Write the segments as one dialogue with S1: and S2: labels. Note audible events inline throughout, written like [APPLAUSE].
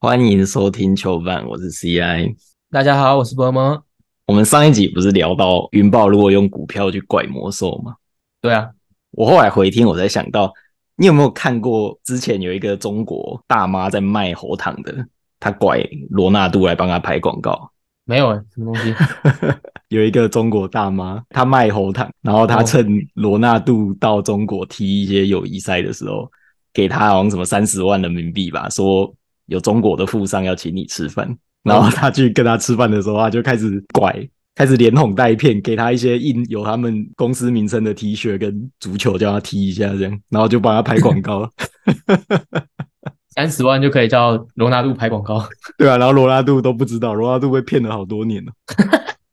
S1: 欢迎收听球伴，我是 CI。
S2: 大家好，我是波波。
S1: 我们上一集不是聊到云豹如果用股票去怪魔兽吗？
S2: 对啊，
S1: 我后来回听，我才想到，你有没有看过之前有一个中国大妈在卖喉糖的，她拐罗纳度来帮她拍广告。
S2: 没有哎、什么东 [LAUGHS] 西？
S1: [LAUGHS] 有一个中国大妈，她卖喉糖，然后她
S2: 哦
S1: 趁罗纳度到中国踢一些友谊赛的时候，给他好像什么三十万人民币吧，说有中国的富商要请你吃饭，然后他去跟他吃饭的时候，他就开始拐，开始连哄带骗，给他一些印有他们公司名称的 T 恤跟足球，叫他踢一下这样，然后就帮他拍广告，
S2: 三十万就可以叫罗纳度拍广告， [LAUGHS]
S1: 对啊，然后罗纳度都不知道，罗纳度被骗了好多年了。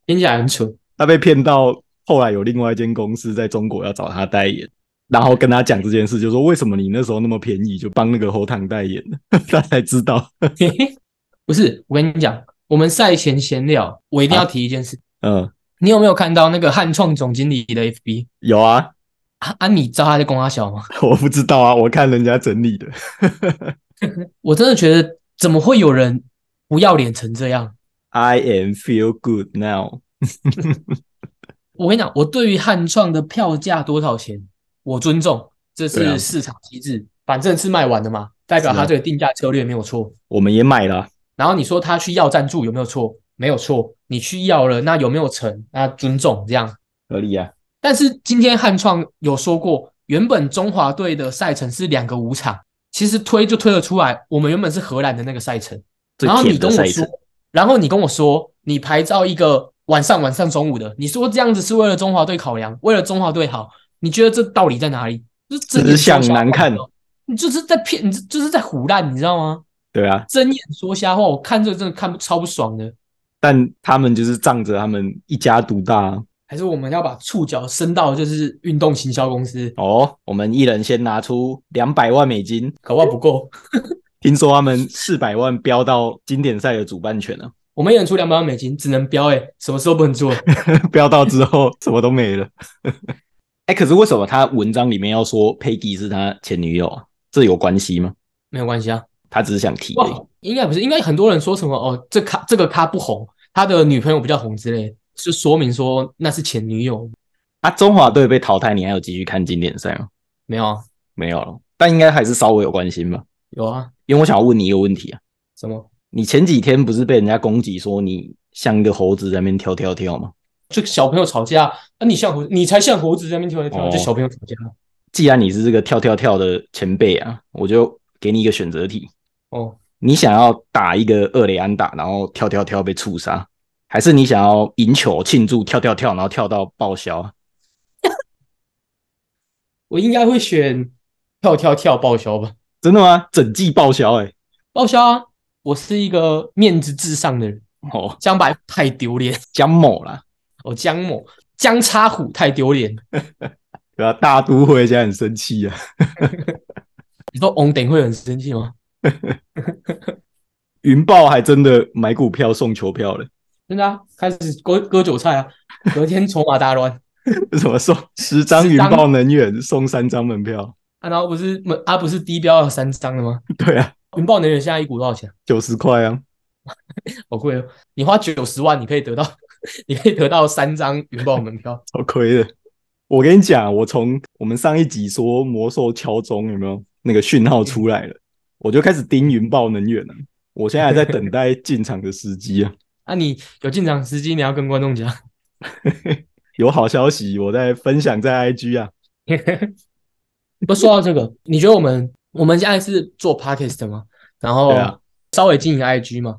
S2: 听起来很蠢。 [LAUGHS]
S1: 他被骗到后来有另外一间公司在中国要找他代言，然后跟他讲这件事，就说为什么你那时候那么便宜就帮那个喉糖代言呢？ [LAUGHS] 他才知道，
S2: 不是，我跟你讲，我们赛前闲聊，我一定要提一件事。
S1: 嗯，
S2: 你有没有看到那个汉创总经理的 FB
S1: 有啊， [LAUGHS]
S2: 啊？啊，你知道他在公阿小吗？
S1: 我不知道啊，我看人家整理的，
S2: 我真的觉得，怎么会有人不要脸成这样？
S1: I am feel good now。
S2: 我跟你讲，我对于汉创的票价多少钱，我尊重，这
S1: 对啊
S2: 是市场机制，反正是卖完的嘛，代表
S1: 是啊
S2: 他这个定价策略没有错。
S1: 我们也买了啊，
S2: 然后你说他去要赞助有没有错？没有错，你去要了，那有没有成？那尊重这样。
S1: 合理啊，
S2: 但是今天汉创有说过，原本中华队的赛程是两个五场，其实推就推得出来。我们原本是荷兰的那个赛程，
S1: 最
S2: 然后
S1: 甜
S2: 你
S1: 的
S2: 跟我
S1: 赛
S2: 说
S1: 程，，
S2: 然后你跟我说你牌照一个晚上晚上中午的，你说这样子是为了中华队考量，为了中华队好，你觉得这道理在哪里？就睁眼说瞎
S1: 只是想难看
S2: 话，你就是在骗，你这就是在胡乱，你知道吗？
S1: 对啊，
S2: 睁眼说瞎话，我看这个真的看不超不爽的。
S1: 但他们就是仗着他们一家独大啊
S2: 还是我们要把触角伸到就是运动行销公司，
S1: 哦，我们一人先拿出两百万美金，
S2: 搞不好不够。
S1: 听说他们四百万标到经典赛的主办权了、
S2: 我们一人出两百万美金，只能标哎、什么时候不能做？ [LAUGHS]
S1: [LAUGHS] 飙到之后什么都没了。 [LAUGHS] 哎、可是为什么他文章里面要说 Peggy 是他前女友啊？这有关系吗？
S2: 没有关系啊。
S1: 他只是想提而已
S2: 哇，应该不是，应该很多人说什么哦，这咖这个咖不红，他的女朋友比较红之类，就说明说那是前女友。
S1: 啊，中华队被淘汰，你还有继续看经典赛吗？
S2: 没有啊，
S1: 没有了，但应该还是稍微有关心吧。
S2: 有啊，
S1: 因为我想要问你一个问题啊，
S2: 什么？
S1: 你前几天不是被人家攻击说你像一个猴子在那边跳跳跳吗？
S2: 就小朋友吵架，啊，你像猴，你才像猴子在那边跳来跳
S1: 哦
S2: 去，就小朋友吵架。
S1: 既然你是这个跳跳跳的前辈啊，我就给你一个选择题，
S2: 哦，
S1: 你想要打一个二雷安打，然后跳跳跳被触杀，还是你想要赢球庆祝跳跳跳，然后跳到报销？
S2: 我应该会选跳跳跳报销吧，
S1: 真的吗？整季报销哎、
S2: 报销啊！我是一个面子至上的人，
S1: 哦，
S2: 江白太丢脸。
S1: 江某啦，
S2: 哦，江某江叉虎太丢脸。
S1: 对啊，大都会现在很生气啊。
S2: 你说翁顶会很生气吗？
S1: 云豹还真的买股票送球票 [LAUGHS] 了，
S2: 真的啊，开始割割韭菜啊，隔天筹码大乱。
S1: 怎么送十张云豹能源送三张门票？
S2: 啊，然后不是门啊，不是低标要三张的吗？
S1: 对啊，
S2: 云豹能源现在一股多少钱？
S1: 九十块啊，
S2: 好贵哦！你花九十万，你可以得到， [LAUGHS] 你可以得到三张云豹门票。
S1: 好亏的。我跟你讲，我从我们上一集说魔兽敲钟有没有那个讯号出来了，我就开始盯云豹能源了。我现在还在等待进场的时机啊，
S2: 啊，你有进场时机，你要跟观众讲。
S1: 有好消息我在分享在 IG 啊。
S2: 不说到这个，你觉得我们我们现在是做 podcast 吗？然后
S1: 对啊
S2: 稍微经营 IG 吗？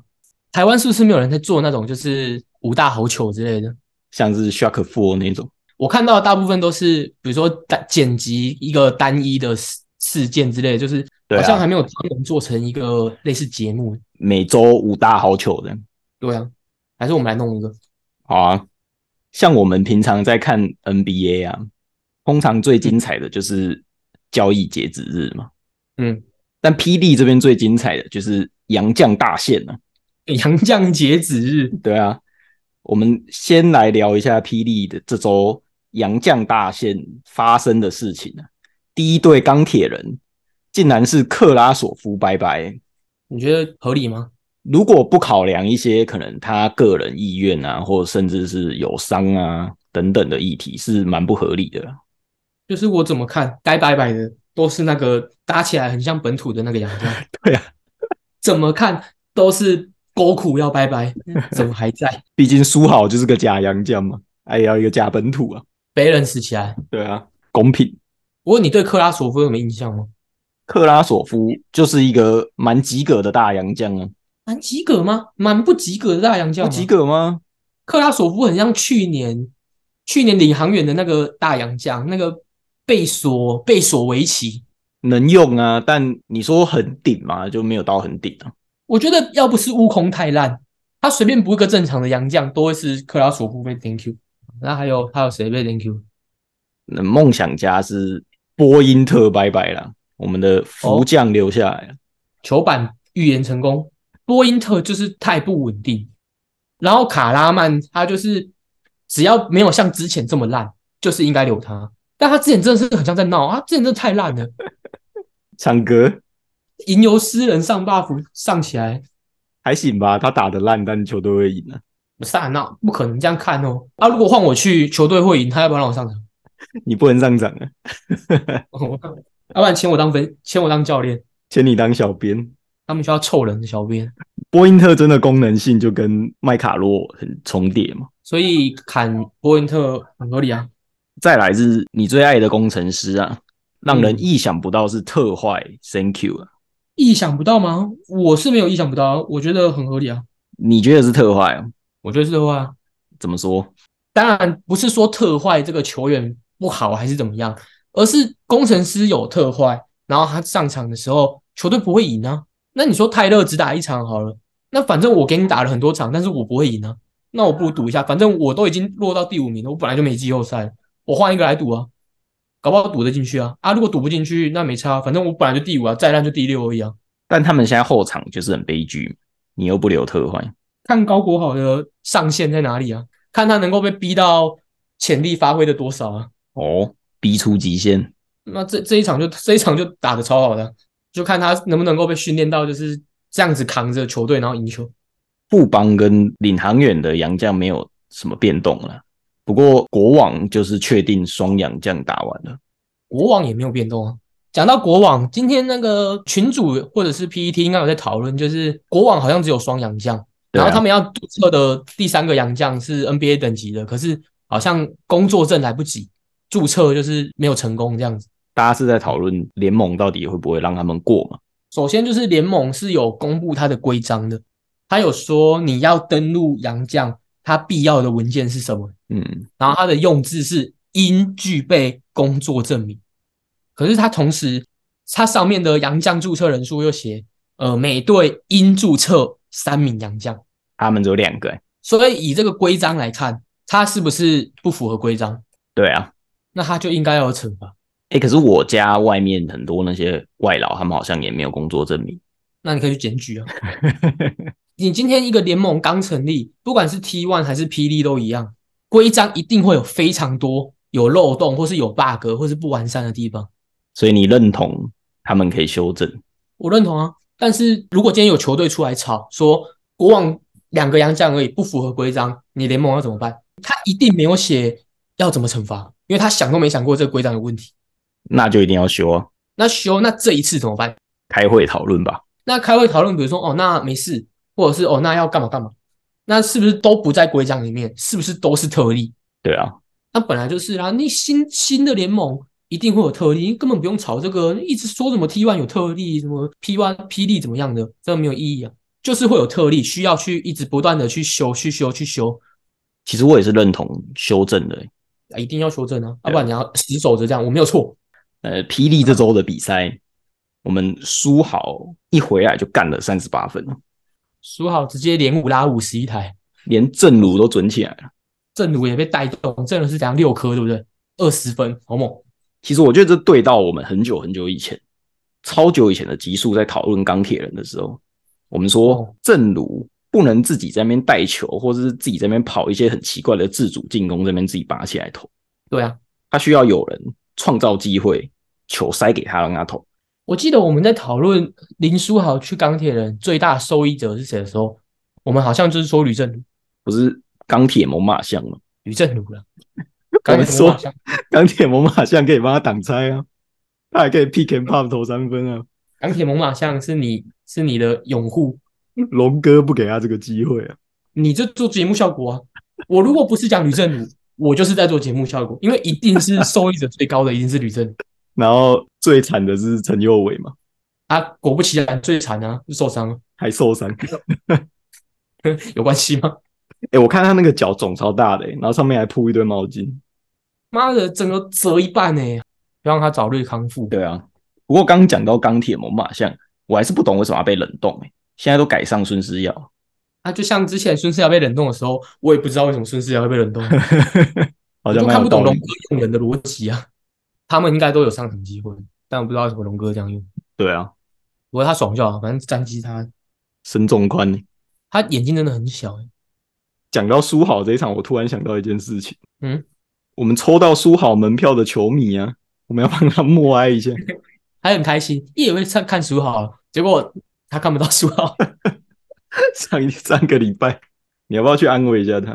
S2: 台湾是不是没有人在做那种就是五大猴球之类的？
S1: 像是 Shark Four 那种，
S2: 我看到的大部分都是，比如说单剪辑一个单一的事事件之类的，就是
S1: 对啊
S2: 好像还没有专门做成一个类似节目。
S1: 每周五大好球的，
S2: 对啊，还是我们来弄一个。
S1: 好啊。像我们平常在看 NBA 啊，通常最精彩的就是交易截止日嘛。
S2: 嗯， [LAUGHS]
S1: 但霹雳这边最精彩的就是洋将大限啊。
S2: 杨绛截止日，
S1: 对啊，我们先来聊一下霹雳的这周洋将大限发生的事情啊。第一队钢铁人竟然是克拉索夫拜拜，
S2: 你觉得合理吗？
S1: 如果不考量一些可能他个人意愿啊，或甚至是有伤啊等等的议题，是蛮不合理的。
S2: 就是我怎么看，该白白的都是那个搭起来很像本土的那个洋调，
S1: [LAUGHS] 对啊，
S2: 怎么看都是狗苦要拜拜，怎么还在
S1: 毕竟苏好就是个假洋将嘛，还要一个假本土啊。
S2: balance 起来？
S1: 对啊，公平。
S2: 我问你对克拉索夫有没有印象吗？
S1: 克拉索夫就是一个蛮及格的大洋将啊，
S2: 蛮及格吗？蛮不及格的大洋将
S1: 不
S2: 吗，
S1: 及格吗？
S2: 克拉索夫很像去年去年领航员的那个大洋将，那个贝索贝索维奇。
S1: 能用啊，但你说很顶嘛，就没有到很顶啊。
S2: 我觉得要不是乌空太烂，他随便补一个正常的洋将，都会是克拉索夫被 thank you。那还有还有谁被 thank you？
S1: 那梦想家是波音特拜拜啦，我们的福将留下来了。
S2: 球板预言成功，波因特就是太不稳定。然后卡拉曼他就是只要没有像之前这么烂，就是应该留他。但他之前真的是很像在闹，他之前真的太烂了。
S1: 唱歌
S2: 吟游诗人上 buff 上起来，
S1: 还行吧，他打得烂，但球队会赢啊。
S2: 撒闹不可能这样看哦。啊，如果换我去球队会赢，他要不要让我上场？ [LAUGHS]
S1: 你不能上场啊，
S2: 要不然请我当分，请我当教练，
S1: 请你当小编。
S2: 他们需要凑人的小编，
S1: 波音特真的功能性就跟麦卡洛很重叠嘛。
S2: 所以砍波恩特很合理啊。
S1: 再来是你最爱的工程师啊，让人
S2: 嗯
S1: 意想不到是特坏，Thank you 啊。
S2: 意想不到吗？我是没有意想不到啊，我觉得很合理啊，
S1: 你觉得是特坏啊？
S2: 我觉得是的话，
S1: 怎么说？
S2: 当然不是说特坏这个球员不好还是怎么样，而是工程师有特坏，然后他上场的时候球队不会赢啊。那你说泰勒只打一场好了，那反正我给你打了很多场，但是我不会赢啊。那我不如赌一下，反正我都已经落到第五名了，我本来就没季后赛了，我换一个来赌啊，搞不好赌得进去啊。啊，如果赌不进去，那没差，反正我本来就第五啊，再烂就第六而已啊。
S1: 但他们现在后场就是很悲剧，你又不留特坏，
S2: 看高国豪的上限在哪里啊？看他能够被逼到潜力发挥的多少啊。
S1: 哦，逼出极限。
S2: 那这这一场就这一场就打得超好的，就看他能不能够被训练到就是这样子扛着球队然后赢球。
S1: 布邦跟领航员的洋将没有什么变动了，不过国王就是确定双洋将打完了。
S2: 国网也没有变动啊。讲到国网，今天那个群主或者是 PET 应该有在讨论，就是国网好像只有双洋将，
S1: 对啊
S2: 然后他们要注册的第三个洋将是 NBA 等级的，可是好像工作证来不及注册，就是没有成功这样子。
S1: 大家是在讨论联盟到底会不会让他们过嘛？
S2: 首先就是联盟是有公布它的规章的，它有说你要登录洋将，它必要的文件是什么，
S1: 嗯，
S2: 然后它的用字是应具备工作证明。可是它同时，它上面的洋将注册人数又写，呃，每队应注册三名洋将，
S1: 他们只有两个、欸。
S2: 所以以这个规章来看，它是不是不符合规章？
S1: 对啊，
S2: 那它就应该要有惩罚。
S1: 哎、可是我家外面很多那些外劳，他们好像也没有工作证明。
S2: 那你可以去检举啊。你今天一个联盟刚成立，不管是 T one 还是霹雳都一样，规章一定会有非常多有漏洞，或是有 bug，或是不完善的地方。
S1: 所以你认同他们可以修正？
S2: 我认同啊，但是如果今天有球队出来吵说国王两个洋将而已不符合规章，你联盟要怎么办？他一定没有写要怎么惩罚，因为他想都没想过这个规章有问题。
S1: 那就一定要修啊！
S2: 那修那这一次怎么办？
S1: 开会讨论吧。
S2: 那开会讨论，比如说哦，那没事，或者是哦，那要干嘛干嘛，那是不是都不在规章里面？是不是都是特例？
S1: 对啊，
S2: 那本来就是啦、你新新的联盟一定会有特例，根本不用吵这个，一直说什么 T one 有特例，什么 P one 霹雳怎么样的，这没有意义啊。就是会有特例，需要去一直不断的去修、去修、去修，
S1: 其实我也是认同修正的欸、
S2: 啊一定要修正啊，要不然你要死守着这样，我没有错。
S1: 呃，霹雳这周的比赛，我们输好一回来就干了三十八分，
S2: 苏好直接连五拉五十一台，
S1: 连正鲁都准起来了。
S2: 正如也被带动，正如是怎样六颗对不对？二十分，好猛！
S1: 其实我觉得这对到我们很久很久以前，超久以前的集数在讨论钢铁人的时候，我们说
S2: 哦
S1: 正如不能自己在那边带球，或者是自己在那边跑一些很奇怪的自主进攻，这边自己拔起来投，
S2: 对啊，
S1: 他需要有人创造机会，球塞给他让他投。
S2: 我记得我们在讨论林书豪去钢铁人最大受益者是谁的时候，我们好像就是说吕正儒，
S1: 不是钢铁猛犸象吗？
S2: 吕正儒了。
S1: 我们
S2: 钢铁人
S1: 说
S2: 好像
S1: [LAUGHS] 钢铁猛犸象可以帮他挡拆啊，他还可以 pick and pop 投三分啊。
S2: 钢铁猛犸象是你是你的拥护，
S1: [LAUGHS] 龙哥不给他这个机会啊，
S2: 你这做节目效果啊！ [LAUGHS] 我如果不是讲吕正儒，我就是在做节目效果，因为一定是受益者最高的，一定是吕正儒
S1: 然后最惨的是陈宥伟嘛，
S2: 啊！果不其然，最惨啊，就受伤了，
S1: 还受 [LAUGHS] 伤。
S2: 有关系吗？ [LAUGHS]
S1: 哎、我看他那个脚肿超大的、欸，然后上面还铺一堆毛巾。
S2: 妈的，整个折一半呢、要让他早日康复。
S1: 对啊，不过刚讲到钢铁猛犸象，我还是不懂为什么要被冷冻、欸、现在都改上孙思尧，
S2: 啊，就像之前孙思瑶被冷冻的时候，我也不知道为什么孙思瑶会被冷冻，
S1: [LAUGHS] [LAUGHS] 好
S2: 我
S1: 像
S2: 就
S1: 蛮
S2: 看
S1: 有
S2: 不
S1: 道理
S2: 懂龙哥用人的逻辑啊。他们应该都有上场机会，但我不知道为什么龙哥这样用。
S1: 对啊，
S2: 不过他爽就好，反正战绩他
S1: 身重宽、欸。
S2: 他眼睛真的很小、欸，
S1: 讲到苏豪这一场，我突然想到一件事情，
S2: 嗯，我
S1: 我们抽到苏豪门票的球迷啊，我们要帮他默哀一 [LAUGHS] 下。
S2: 还很开心，一以为看看书好了，结果他看不到书好， [LAUGHS]
S1: 上一上个礼拜，你要不要去安慰一下他？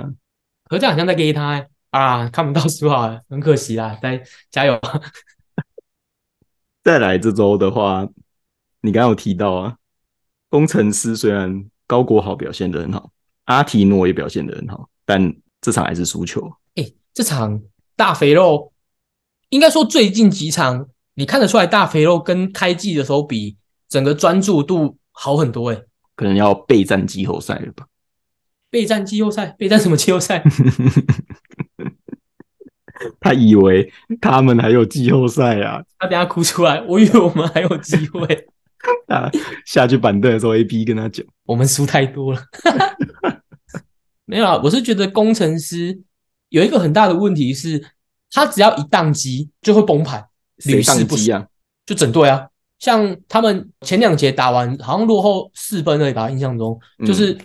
S2: 可这样好像在给他、欸、啊，看不到书好了，很可惜啦，再加油。
S1: 再来这周的话，你刚刚有提到啊，工程师虽然高国豪表现得很好，阿提诺也表现得很好，但这场还是输球。
S2: 哎、这场大肥肉，应该说最近几场，你看得出来大肥肉跟开季的时候比，整个专注度好很多、欸。哎，
S1: 可能要备战季后赛了吧？ [LAUGHS]
S2: 备战季后赛，备战什么季后赛？
S1: 他以为他们还有季后赛啊，
S2: 他等一下哭出来，我以为我们还有机会，
S1: 他啊下去板凳的时候，A B 跟他讲，
S2: 我们输太多了。没有啊，我是觉得工程师有一个很大的问题是，他只要一宕机就会崩盘，
S1: 谁
S2: 屡
S1: 上
S2: 试不
S1: 机
S2: 爽。
S1: 啊？
S2: 就整队啊。像他们前两节打完，好像落后四分而已吧，印象中
S1: 嗯
S2: 就是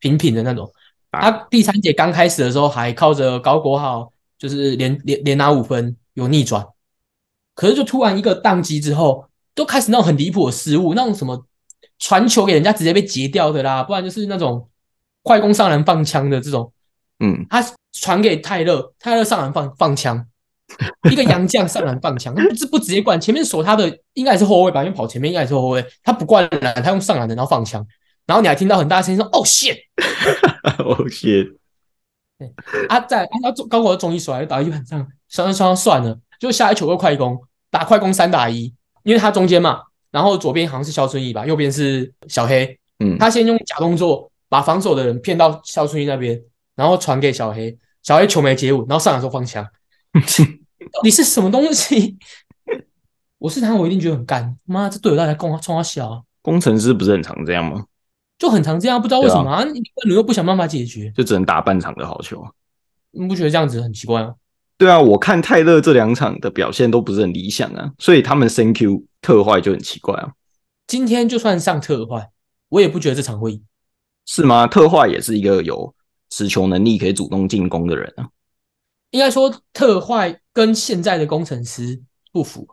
S2: 平平的那种。
S1: 啊
S2: 他第三节刚开始的时候，还靠着高国豪，就是连连连拿五分，有逆转。可是就突然一个宕机之后，都开始那种很离谱的失误，那种什么传球给人家直接被截掉的啦，不然就是那种快攻上篮放枪的这种。
S1: 嗯，
S2: [LAUGHS] 他传给泰勒，泰勒上篮放放枪，一个洋将上篮放枪，他不是不直接灌，前面守他的应该也是后卫吧，因为跑前面应该也是后卫，他不灌篮，他用上篮的然后放枪，然后你还听到很大声音说哦 shit Oh
S1: 哦，谢，
S2: 啊，在啊他中高国的中一摔打到一板上，算了算了算了，就下一球个快攻，打快攻三打一，因为他中间嘛，然后左边好像是肖顺义吧，右边是小黑，
S1: 嗯，
S2: 他先用假动作把防守的人骗到肖顺义那边，然后传给小黑，小黑球没接稳，然后上篮时候放枪，到底是什么东西？ [LAUGHS] 我是他，我一定觉得很干。妈，这队友大家跟我冲他笑、啊，
S1: 工程师不是很常这样吗？
S2: 就很常这样，不知道为什么啊？你你又不想办法解决，
S1: 就只能打半场的好球啊。
S2: 你不觉得这样子很奇怪吗？
S1: 对啊，我看泰勒这两场的表现都不是很理想啊，所以他们升 Q 特坏就很奇怪啊，
S2: 今天就算上特坏，我也不觉得这场会赢。
S1: 是吗？特坏也是一个有持球能力、可以主动进攻的人啊。
S2: 应该说特坏跟现在的工程师不符，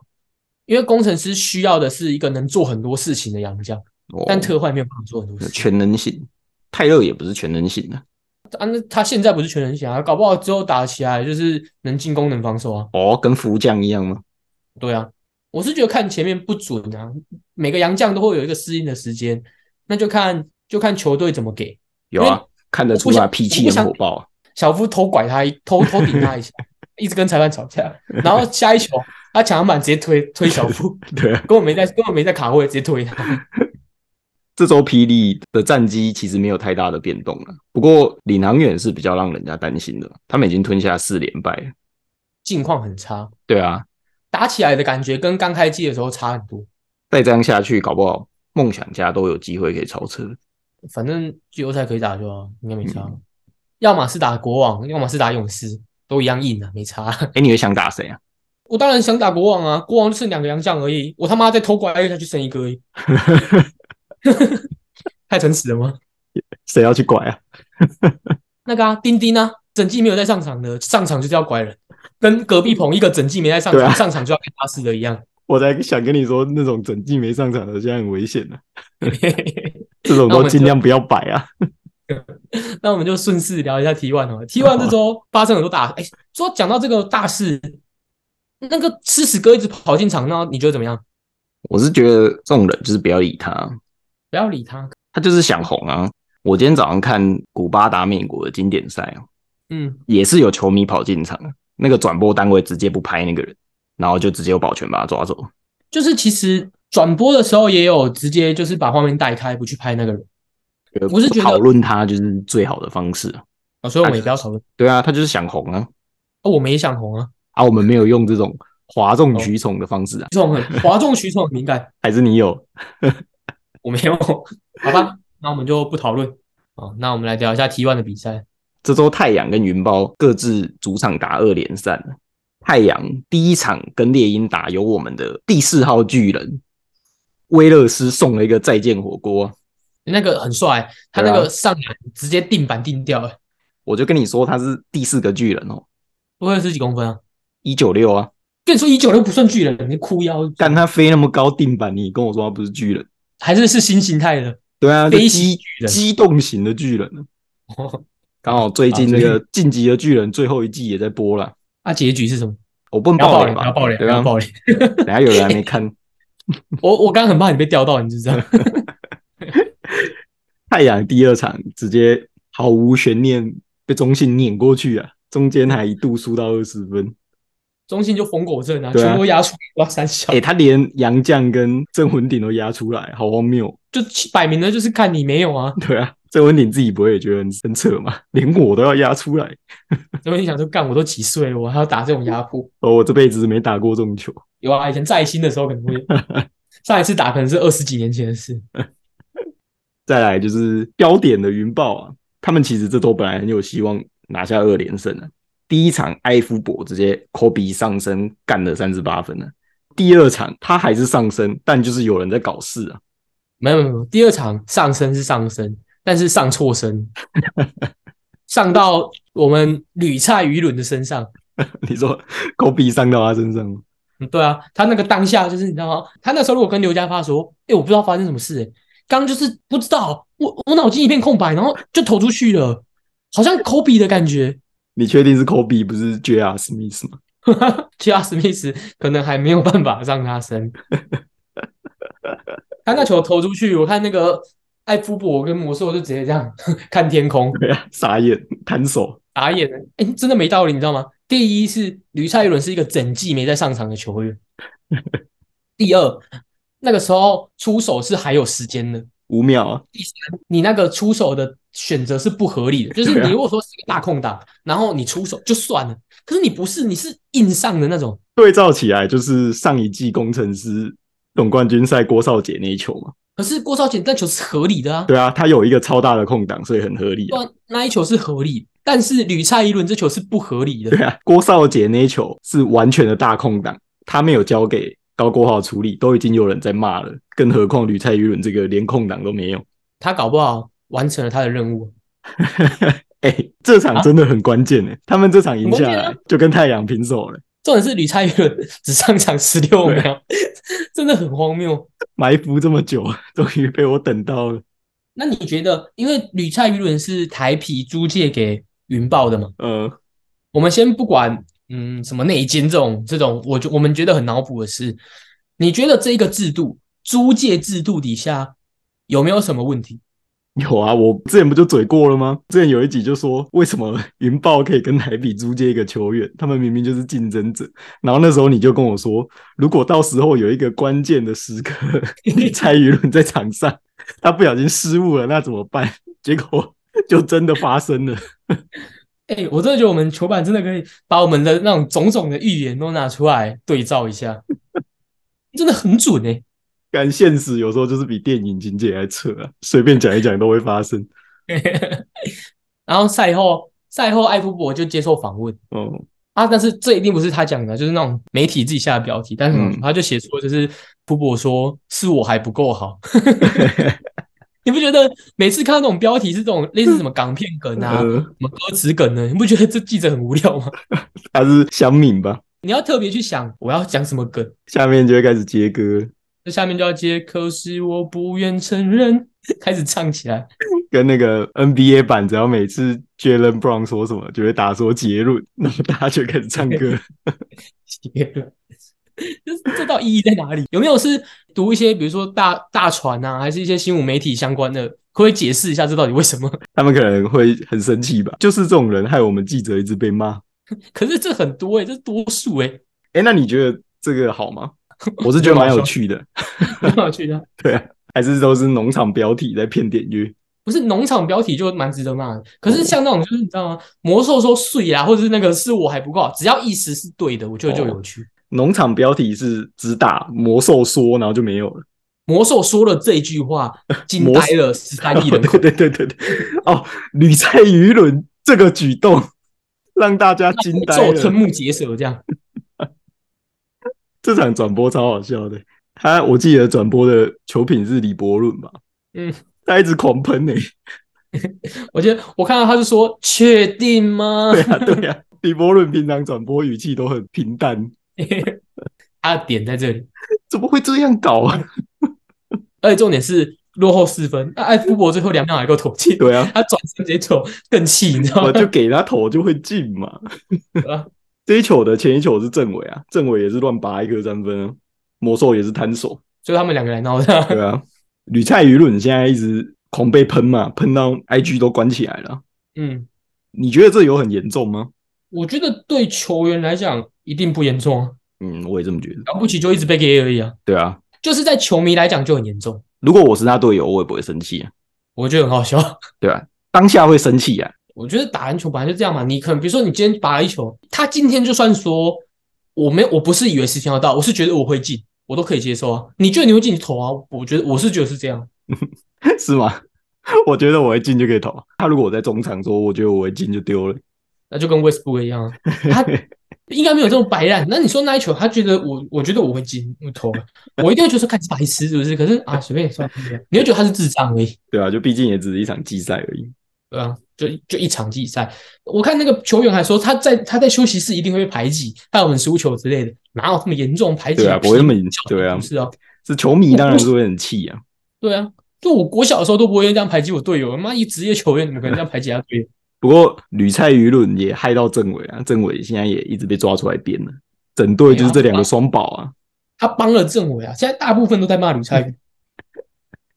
S2: 因为工程师需要的是一个能做很多事情的洋将，
S1: 哦
S2: 但特坏没有办法做很多事情。
S1: 全能型，泰勒也不是全能型的、
S2: 啊，那他现在不是全能型啊，搞不好之后打起来就是能进攻能防守啊。
S1: 哦，跟福将一样吗？
S2: 对啊，我是觉得看前面不准啊，每个洋将都会有一个适应的时间，那就看就看球队怎么给。
S1: 有
S2: 因
S1: 啊
S2: 为，
S1: 看得出
S2: 我不
S1: 来
S2: 想
S1: 脾气很火爆、啊。
S2: 小夫头拐他一头头顶他一下，一直跟裁判吵架，然后下一球他抢篮板直接推推小夫，
S1: 对啊，
S2: 根本没在根本没在卡位，直接推他。 [LAUGHS]
S1: 这周霹雳的战绩其实没有太大的变动了、不过领航员是比较让人家担心的，他们已经吞下四连败了。
S2: 近况很差，
S1: 对啊，
S2: 打起来的感觉跟刚开季的时候差很多。
S1: 再这样下去，搞不好梦想家都有机会可以超车。
S2: 反正季后赛可以打就好，应该没差。
S1: 嗯
S2: 要么是打国王，要么是打勇士，都一样硬啊，没差。 [LAUGHS]
S1: 哎，你会想打谁啊？
S2: 我当然想打国王啊，国王就剩两个洋将而已，我他妈再偷拐一下去剩一个而已，太诚实了吗？
S1: [LAUGHS] 谁要去拐啊？
S2: 那个啊，丁丁啊，整季没有在上场的，上场就是要拐人，跟隔壁棚一个整季没在上场，
S1: 对啊
S2: 上场就要被打死的一样。 [LAUGHS]
S1: 我才想跟你说，那种整季没上场的现在很危 [LAUGHS] 险的、啊这种
S2: 那我
S1: 都
S2: 们
S1: 尽
S2: 就
S1: 量不要摆啊。
S2: 那我们就顺势聊一下 T one 哦。T one 这周发生很多大，哎、说讲到这个大事，那个吃屎哥一直跑进场，那你觉得怎么样？
S1: 我是觉得这种人就是不要理他，啊
S2: 不要理他。
S1: 他就是想红啊。我今天早上看古巴打美国的经典赛哦，
S2: 嗯，
S1: 也是有球迷跑进场，啊那个转播单位直接不拍那个人，然后就直接有保全把他抓走。
S2: 就是其实转播的时候也有直接就是把画面带开，不去拍那个人我是觉得
S1: 讨论他就是最好的方式啊。
S2: 啊，所以我们也不要讨论。
S1: 对啊，他就是想红啊，
S2: 哦，我们也想红啊，
S1: 啊，我们没有用这种哗众取宠的方式啊，
S2: 这种很哗众取宠很敏感，
S1: 还是你有？
S2: 我没有，好吧，那我们就不讨论。哦，那我们来聊一下 T one 的比赛。
S1: 这周太阳跟云豹各自主场打二连战了。太阳第一场跟猎鹰打，由我们的第四号巨人威勒斯送了一个再见火锅。啊
S2: 那个很帅、他
S1: 对
S2: 那
S1: 啊
S2: 个上篮直接定板定掉、哎，
S1: 我就跟你说他是第四个巨人哦，
S2: 不会是几公分啊？
S1: 一九六啊，
S2: 跟你说一九六不算巨人，你哭腰，
S1: 但他飞那么高定板，你跟我说他不是巨人？
S2: 还是是新形态的。
S1: 对啊，就
S2: 飞行
S1: 机
S2: 巨人
S1: 机动型的巨人啊。
S2: 哦
S1: 刚好最近那
S2: 啊
S1: 个《晋级的巨人》最后一季也在播了，
S2: 啊，结局是什么？
S1: 我不能
S2: 不要爆
S1: 雷
S2: 雷，不
S1: 吧
S2: 要？爆雷，
S1: 对啊
S2: 不要，爆雷！ [LAUGHS]
S1: 等下有人还没看。
S2: 我我刚刚很怕你被钓到，你知不知
S1: [LAUGHS]
S2: 道？
S1: 太阳第二场直接毫无悬念被中信碾过去啊，中间还一度输到二十分。
S2: 中信就疯狗阵啊，
S1: 对啊
S2: 全部压出哇三小
S1: 哎、，他连杨绛跟郑文鼎都压出来，好荒谬。
S2: 就摆明了就是看你没有啊。
S1: [LAUGHS] 对啊，郑文鼎自己不会也觉得很很扯嘛？ [LAUGHS] 连我都要压出来，
S2: 然后你想说，干我都几岁了，我还要打这种压迫？
S1: 哦，我这辈子没打过这种球。
S2: 有啊，以前在新的时候可能会，上一次打可能是二十几年前的事。
S1: 再来就是标点的云豹啊，他们其实这周本来很有希望拿下二连胜的、啊第一场埃夫伯直接科比上身干了三十八分了、第二场他还是上身，但就是有人在搞事啊。
S2: 没有没有没有，第二场上升是上升，但是上错身，上到我们屡菜鱼轮的身上。
S1: [LAUGHS] 你说科比上到他身上吗，
S2: 嗯，对啊，他那个当下就是你知道吗？他那时候如果跟刘家发说：“哎、我不知道发生什么事、欸，刚刚就是不知道，我我脑筋一片空白，然后就投出去了，好像科比的感觉。
S1: 你确定是科比不是 J.R. Smith 吗？ [LAUGHS]
S2: [LAUGHS] 其他史密斯可能还没有办法让他升。他那球投出去，我看那个艾夫伯跟魔兽就直接这样 [LAUGHS] 看天空
S1: 对啊，傻眼，摊手。
S2: 打眼了，哎、真的没道理，你知道吗？第一是吕蔡伦是一个整季没在上场的球员，第二那个时候出手是还有时间的，
S1: 五秒啊，
S2: 你那个出手的选择是不合理的，就是你如果说是一个大空档，然后你出手就算了，可是你不是，你是硬上的那种。
S1: 对照起来就是上一季工程师总冠军赛郭少杰那一球嘛。
S2: 可是郭少杰那球是合理的啊，
S1: 对啊，他有一个超大的空档，所以很合理、啊
S2: 对。啊那一球是合理，但是吕蔡一轮这球是不合理的
S1: 对。啊，郭少杰那一球是完全的大空档，他没有交给高国豪处理，都已经有人在骂了，更何况吕蔡宇伦这个连空档都没有。
S2: 他搞不好完成了他的任务。
S1: 哎、这场真的很关键呢、他们这场赢下
S2: 很关键
S1: 来
S2: 啊
S1: 就跟太阳平手了，
S2: 重点是吕蔡一轮只上场十六
S1: 对
S2: 秒， [LAUGHS] 真的很荒谬。
S1: 埋伏这么久， [LAUGHS] 终于被我等到了。
S2: 那你觉得，因为吕蔡一轮是台皮租借给云豹的嘛？
S1: 呃，
S2: 我们先不管，嗯，什么内奸这种这种，我就我们觉得很脑补的事。你觉得这个制度，租借制度底下有没有什么问题？
S1: 有啊，我之前不就嘴过了吗？之前有一集就说，为什么云豹可以跟台比租借一个球员， [LAUGHS] 他们明明就是竞争者。然后那时候你就跟我说，如果到时候有一个关键的时刻， [LAUGHS] 你蔡宇伦在场上， [LAUGHS] 他不小心失误了，那怎么办？ [LAUGHS] 结果就真的发生了。
S2: 哎、我真的觉得我们球板真的可以把我们的那种种种的预言都拿出来对照一下，真的很准哎、
S1: 但现实有时候就是比电影情节还扯啊，随便讲一讲都会发生。
S2: 然后赛后，赛后艾夫伯就接受访问
S1: 哦，
S2: 啊，但是这一定不是他讲的，就是那种媒体自己下的标题，但是
S1: 嗯
S2: 他就写错，就是夫伯说是我还不够好。你不觉得每次看到那种标题是这种类似什么港片梗啊、什
S1: 呃，
S2: 么歌词梗呢？你不觉得这记者很无聊吗？
S1: 他是香敏吧？
S2: 你要特别去想我要讲什么梗。
S1: 下面就会开始接歌，
S2: 这下面就要接，可是我不愿承认， [LAUGHS] 开始唱起来。 [LAUGHS]
S1: 跟那个 NBA 版，只要每次 Jalen Brown 说什么，就会打说结论，然后大家就开始唱歌。
S2: [LAUGHS] 结论，就是这到底意义在哪里？有没有是读一些，比如说大大船啊，还是一些新闻媒体相关的？可不可以解释一下这到底为什么？ [LAUGHS]
S1: 他们可能会很生气吧，就是这种人害我们记者一直被骂。
S2: 可是这很多欸诶、这是多数 [LAUGHS] 诶、
S1: 哎、那你觉得这个好吗？我是觉得蛮有趣的，
S2: 很有趣的。
S1: 对啊、还是都是农场标题在骗点阅。
S2: 不是农场标题就蛮值得骂的，可是像那种就是你知道吗？魔兽说碎啦，或者是那个是我还不够好，只要意思是对的，我觉得
S1: 哦
S2: 就有趣。
S1: 农场标题是只打魔兽说，然后就没有了。
S2: 魔兽说了这句话，惊
S1: 魔
S2: 呆了十三亿人口
S1: [LAUGHS] 对。对对对对，哦，屡在舆论这个举动让大家惊呆
S2: 咒瞠
S1: 了。
S2: 目结舌这样。
S1: 这场转播超好笑的，他我记得转播的球品是李博润吧？
S2: 嗯，
S1: [LAUGHS] 他一直狂喷呢、欸
S2: 我觉得我看到他是说确定吗？
S1: 对 [LAUGHS] 啊对啊，李博润平常转播语气都很平淡，
S2: 他的点在这里，
S1: 怎么会这样搞啊？ [LAUGHS]
S2: 而且重点是落后四分，那艾夫伯最后两秒还够投进，
S1: 对啊，
S2: 他转身直接走更气，你知道
S1: 我
S2: 吗？
S1: 就给他投就会进嘛。
S2: [LAUGHS] 啊
S1: 这一球的前一球是政委啊，政委也是乱拔一颗三分、啊，魔兽也是摊手，
S2: 所以他们两个来闹的，
S1: 对啊。吕菜舆论现在一直狂被喷嘛，喷到 IG 都关起来了。
S2: 嗯，
S1: 你觉得这有很严重吗？
S2: 我觉得对球员来讲一定不严重啊，
S1: 嗯，我也这么觉得。
S2: 了不起就一直被 gay 而已啊，
S1: 对啊，
S2: 就是在球迷来讲就很严重，
S1: 如果我是他队友，我也不会生气啊。
S2: 我觉得很好笑。
S1: 对啊，当下会生气啊。 [LAUGHS]
S2: 我觉得打篮球本来就这样嘛，你可能比如说你今天拔了一球，他今天就算说我没有，我不是以为时间要到，我是觉得我会进，我都可以接受啊。你觉得你会进你投啊？我觉得我是觉得是这样，
S1: 是吗？我觉得我会进就可以投。他如果我在中场说，我觉得我会进就丢了。
S2: 那就跟 Westbrook 一样啊，他应该没有这么白烂。那你说那一球，他觉得我，我觉得我会进，我投了，我一定会觉得说看是白痴是不是？可是啊，随便算了，你会觉得他是智障而已，
S1: 对啊，就毕竟也只是一场季赛而已。
S2: 对啊，就就一场季赛。我看那个球员还说他在他在休息室一定会被排挤，害我们输球之类的，哪有这么严重排挤？
S1: 对啊不会那么严
S2: 小
S1: 对啊
S2: 不是啊，
S1: 这球迷当然是会很气啊。
S2: 对啊，就我我小的时候都不会这样排挤我队友，妈一职业球员怎么可能这样排挤他队友？
S1: 不过吕菜舆论也害到政委啊，政委现在也一直被抓出来编了。整队就是这两个双宝啊，
S2: 他帮了政委啊，现在大部分都在骂吕菜宇，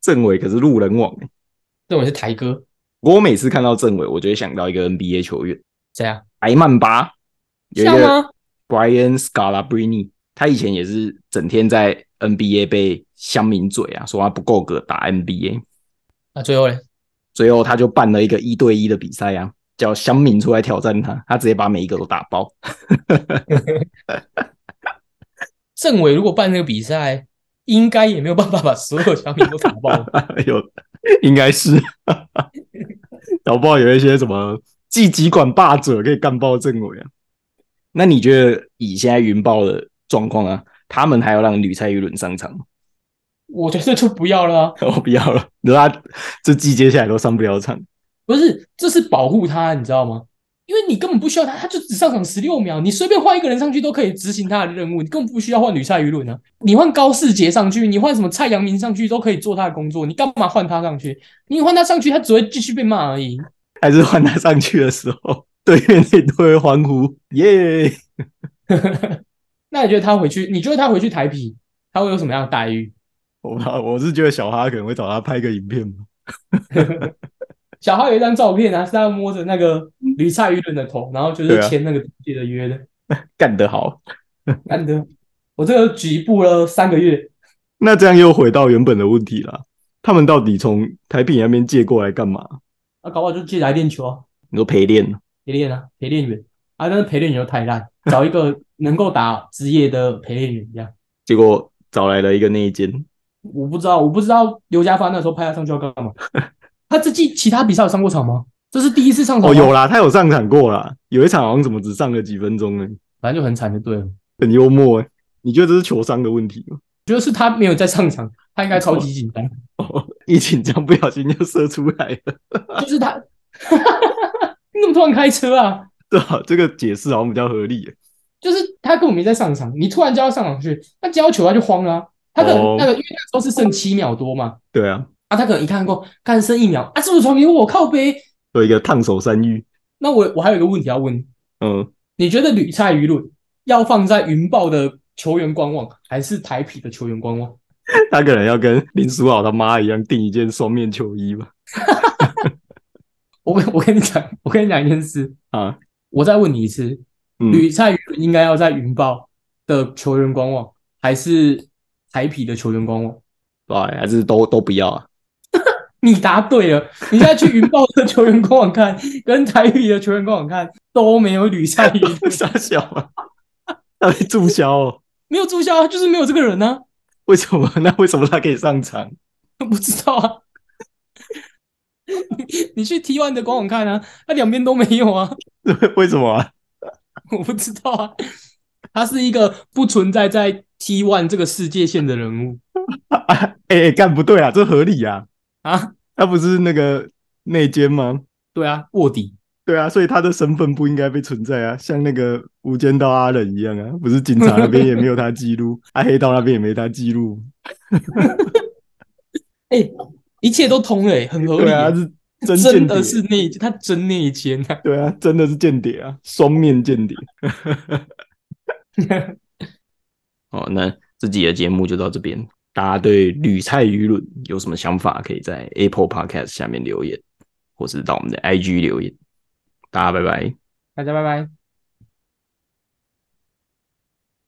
S1: 政委可是路人网、欸。
S2: 政委是台哥，
S1: 不过我每次看到政委，我就会想到一个 NBA 球员
S2: 谁啊？
S1: 埃曼巴，有一
S2: 像
S1: 个
S2: 吗？
S1: Brian Scalabrine，他以前也是整天在 NBA 被乡民嘴啊，说他不够格打 NBA。
S2: 那啊最后嘞，
S1: 最后他就办了一个一对一的比赛啊，叫乡民出来挑战他，他直接把每一个都打爆。 [LAUGHS]
S2: 政委如果办这个比赛，应该也没有办法把所有小品都打爆。
S1: [LAUGHS] 有，应该是， [LAUGHS] 搞不好有一些什么技击管霸者可以干爆政委啊。那你觉得以现在云豹的状况啊，他们还要让吕蔡舆论上场吗？ [LAUGHS]
S2: 我觉得就不要了啊、
S1: 我不要了，如果他这季接下来都上不了场，
S2: 不是，这是保护他，你知道吗？因为你根本不需要他，他就只上场十六秒，你随便换一个人上去都可以执行他的任务，你根本不需要换吕蔡舆论啊。你换高世杰上去，你换什么蔡阳明上去都可以做他的工作，你干嘛换他上去？你换他上去，他只会继续被骂而已。
S1: 还是换他上去的时候， [LAUGHS] 对面那队会欢呼耶
S2: 那你觉得他回去？你觉得他回去台皮，他会有什么样的待遇？
S1: 我不知道，我是觉得小哈可能会找他拍个影片吧。
S2: 小哈有一张照片啊，是他摸着那个吕蔡舆论的头，然后就
S1: 对
S2: 是
S1: 啊
S2: 签那个记的约的。
S1: 干得好，
S2: 难得，我这个局部了三个月，
S1: 那这样又回到原本的问题啦。他们到底从台北那边借过来干嘛？
S2: 啊，搞不好就借来练球啊。
S1: 你说陪练
S2: 陪练啊，陪练员啊，但是陪练员又太烂，找一个能够打职业的陪练员这样。
S1: 结果找来了一个内奸，
S2: 我不知道，我不知道刘家发那时候派他上去要干嘛。 [LAUGHS] 他这季其他比赛有上过场吗？这是第一次上场
S1: 哦，
S2: 吗
S1: 有，啦，他有上场过啦，有一场好像怎么只上了几分钟呢？
S2: 反正就很惨就对了。
S1: 很幽默哎、你觉得这是球商的问题吗？
S2: 我觉得是他没有在上场，他应该超级紧
S1: [LAUGHS]
S2: 张，
S1: 哦，一紧张不小心就射出来了， [LAUGHS]
S2: 就是他。 [LAUGHS] 你怎么突然开车啊？
S1: 对吧、这个解释好像比较合理、欸。
S2: 就是他根本没在上场，你突然叫他上场去，那接到球他就慌了啊、他可
S1: 哦
S2: 能那个、因为那时候是剩七秒多嘛，
S1: 对啊，
S2: 啊，他可能一看过，干剩一秒啊，是不是传给我？靠背。
S1: 有一个烫手山芋，
S2: 那我我还有一个问题要问你，
S1: 嗯，
S2: 你觉得吕蔡舆论要放在云豹的球员官网，还是台匹的球员官网？
S1: [LAUGHS] 他可能要跟林书豪他妈一样订一件双面球衣吧？
S2: 我跟我跟你讲，我跟你讲一件事，
S1: 啊，
S2: 我再问你一次，
S1: 嗯，
S2: 吕蔡舆论应该要在云豹的球员官网，还是台匹的球员官网？
S1: 哎，还是都都不要
S2: [LAUGHS]
S1: 啊？
S2: 你答对了，你现在去云豹的球员官网看，跟台匹的球员官网看都没有吕蔡舆论，
S1: 傻小啊，他被注销哦？
S2: 没有注销啊，就是没有这个人呢、啊。
S1: 为什么？ [LAUGHS] 那为什么他可以上场？ [LAUGHS]
S2: [LAUGHS] 不知道啊。你你去 T One 的官网看啊，它两边都没有啊， [LAUGHS]
S1: 为什么啊？
S2: 我不知道啊。他是一个不存在在 T One 这个世界线的人物
S1: 啊哎、哎，干、不对啊，这合理啊，
S2: 啊，
S1: 他不是那个内奸吗？
S2: 对啊，卧底。
S1: 对啊，所以他的身份不应该被存在啊，像那个《无间道》阿忍一样啊，不是警察那边也没有他记录， [LAUGHS] 啊，黑道那边也没他记录，
S2: 哎、一切都通了、欸，很合理
S1: 对
S2: 欸、
S1: 啊，是真间
S2: 真
S1: 谍
S2: 的，是内他真内奸啊！ [LAUGHS]
S1: 对啊，真的是间谍啊，双面间谍。哦，那这集的节目就到这边。大家对吕菜舆论有什么想法，可以在 Apple Podcast 下面留言，或是到我们的 IG 留言。大家拜拜。
S2: 大家拜拜。